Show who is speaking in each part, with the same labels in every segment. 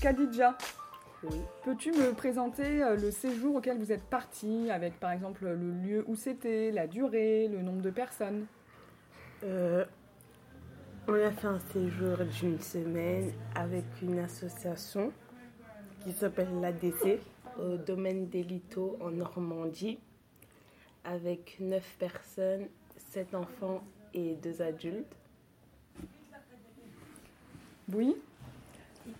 Speaker 1: Khadija,
Speaker 2: Oui.
Speaker 1: peux-tu me présenter euh, le séjour auquel vous êtes parti, avec par exemple le lieu où c'était, la durée, le nombre de personnes
Speaker 2: Euh, on a fait un séjour d'une semaine avec une association qui s'appelle l'ADC au domaine des Litos en Normandie avec 9 personnes, 7 enfants et 2 adultes.
Speaker 1: Oui.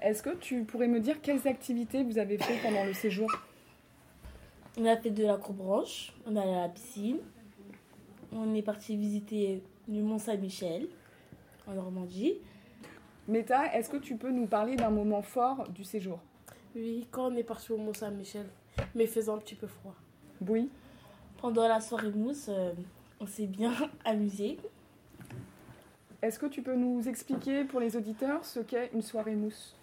Speaker 1: Est-ce que tu pourrais me dire quelles activités vous avez fait pendant le séjour
Speaker 3: On a fait de l'acrobranche, on est allé à la piscine, on est parti visiter le Mont Saint-Michel en Normandie.
Speaker 1: Meta, est-ce que tu peux nous parler d'un moment fort du séjour
Speaker 4: Oui, quand on est parti au Mont Saint-Michel, mais faisant un petit peu froid.
Speaker 1: Oui.
Speaker 3: Pendant la soirée mousse, euh, on s'est bien amusé.
Speaker 1: Est-ce que tu peux nous expliquer pour les auditeurs ce qu'est une soirée mousse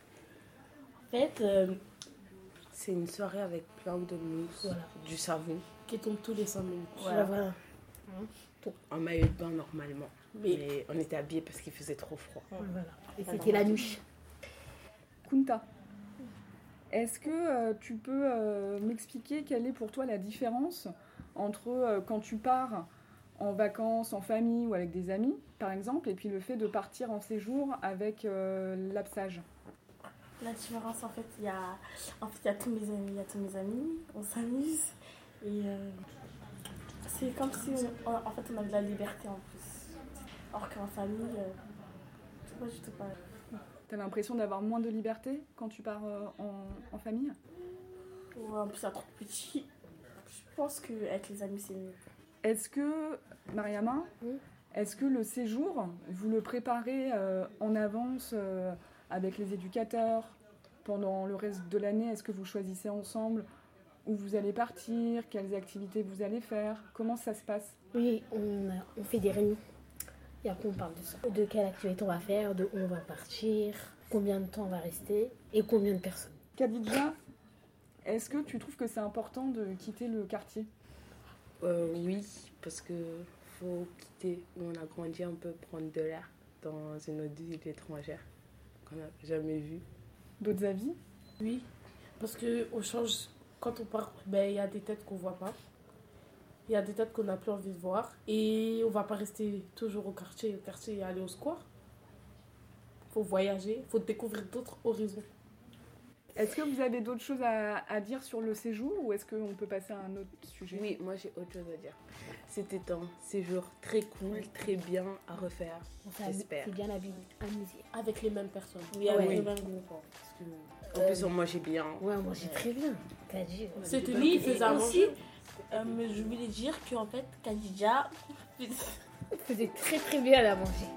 Speaker 3: En fait, euh,
Speaker 2: C'est une soirée avec plein de mousse,
Speaker 4: Voilà.
Speaker 2: du savon,
Speaker 4: Qui tombe tous les 5 minutes.
Speaker 3: Voilà.
Speaker 4: Voilà.
Speaker 2: un maillot de bain normalement.
Speaker 4: Mais
Speaker 2: Mais on était habillés parce qu'il faisait trop froid.
Speaker 4: voilà.
Speaker 5: Et c'était la nuit.
Speaker 1: Kunta, est-ce que euh, tu peux euh, m'expliquer quelle est pour toi la différence entre euh, quand tu pars en vacances, en famille ou avec des amis, par exemple, et puis le fait de partir en séjour avec euh, l'absage
Speaker 3: la différence, en fait, il y a, en fait, il y a tous mes amis, il y a tous mes amis, on s'amuse. Et euh, c'est comme si, on, on- en fait, on a de la liberté en plus. Or qu'en famille, euh, c'est pas du tout pareil.
Speaker 1: T'as l'impression d'avoir moins de liberté quand tu pars euh, en- en famille
Speaker 3: Ouais, en plus, c'est trop petit. Je pense qu'avec les amis, c'est mieux.
Speaker 1: Est-ce que, Mariama,
Speaker 5: Oui.
Speaker 1: est-ce que le séjour, vous le préparez euh, en avance euh, avec les éducateurs pendant le reste de l'année Est-ce que vous choisissez ensemble où vous allez partir, quelles activités vous allez faire Comment ça se passe
Speaker 5: Oui,
Speaker 4: euh,
Speaker 5: on, a- on fait des réunions. Et après, on parle de ça. De quelle activité on va faire, de où on va partir, combien de temps on va rester et combien de personnes.
Speaker 1: Khadija, est-ce que tu trouves que c'est important de quitter le quartier
Speaker 2: Euh, oui, parce que faut quitter où on a grandi un peu, prendre de l'air dans une autre ville étrangère qu'on n'a jamais vue.
Speaker 1: D'autres avis
Speaker 4: Oui, parce que on change. Quand on part, ben, il y a des têtes qu'on voit pas. Il y a des têtes qu'on n'a plus envie de voir. Et on va pas rester toujours au quartier. Au quartier, et aller au square. Faut voyager, faut découvrir d'autres horizons.
Speaker 1: Est-ce que vous avez d'autres choses à, à dire sur le séjour ou est-ce qu'on peut passer à un autre sujet
Speaker 2: Oui, moi j'ai autre chose à dire. C'était un séjour très cool, très bien à refaire.
Speaker 5: On s'est amu-
Speaker 2: J'espère.
Speaker 5: s'est bien amu- amusé.
Speaker 4: Avec les mêmes personnes.
Speaker 3: Oui, avec
Speaker 5: Ouais.
Speaker 3: le même groupe. hein.
Speaker 2: Parce que- En plus, on mangeait bien.
Speaker 5: Ouais, moi j'ai très bien. T'as dit. ouais.
Speaker 4: C'était lui, il faisait à
Speaker 3: Et aussi,
Speaker 4: manger.
Speaker 3: euh, mais je voulais dire qu'en fait, Khadija,
Speaker 5: On faisait très très bien à la manger.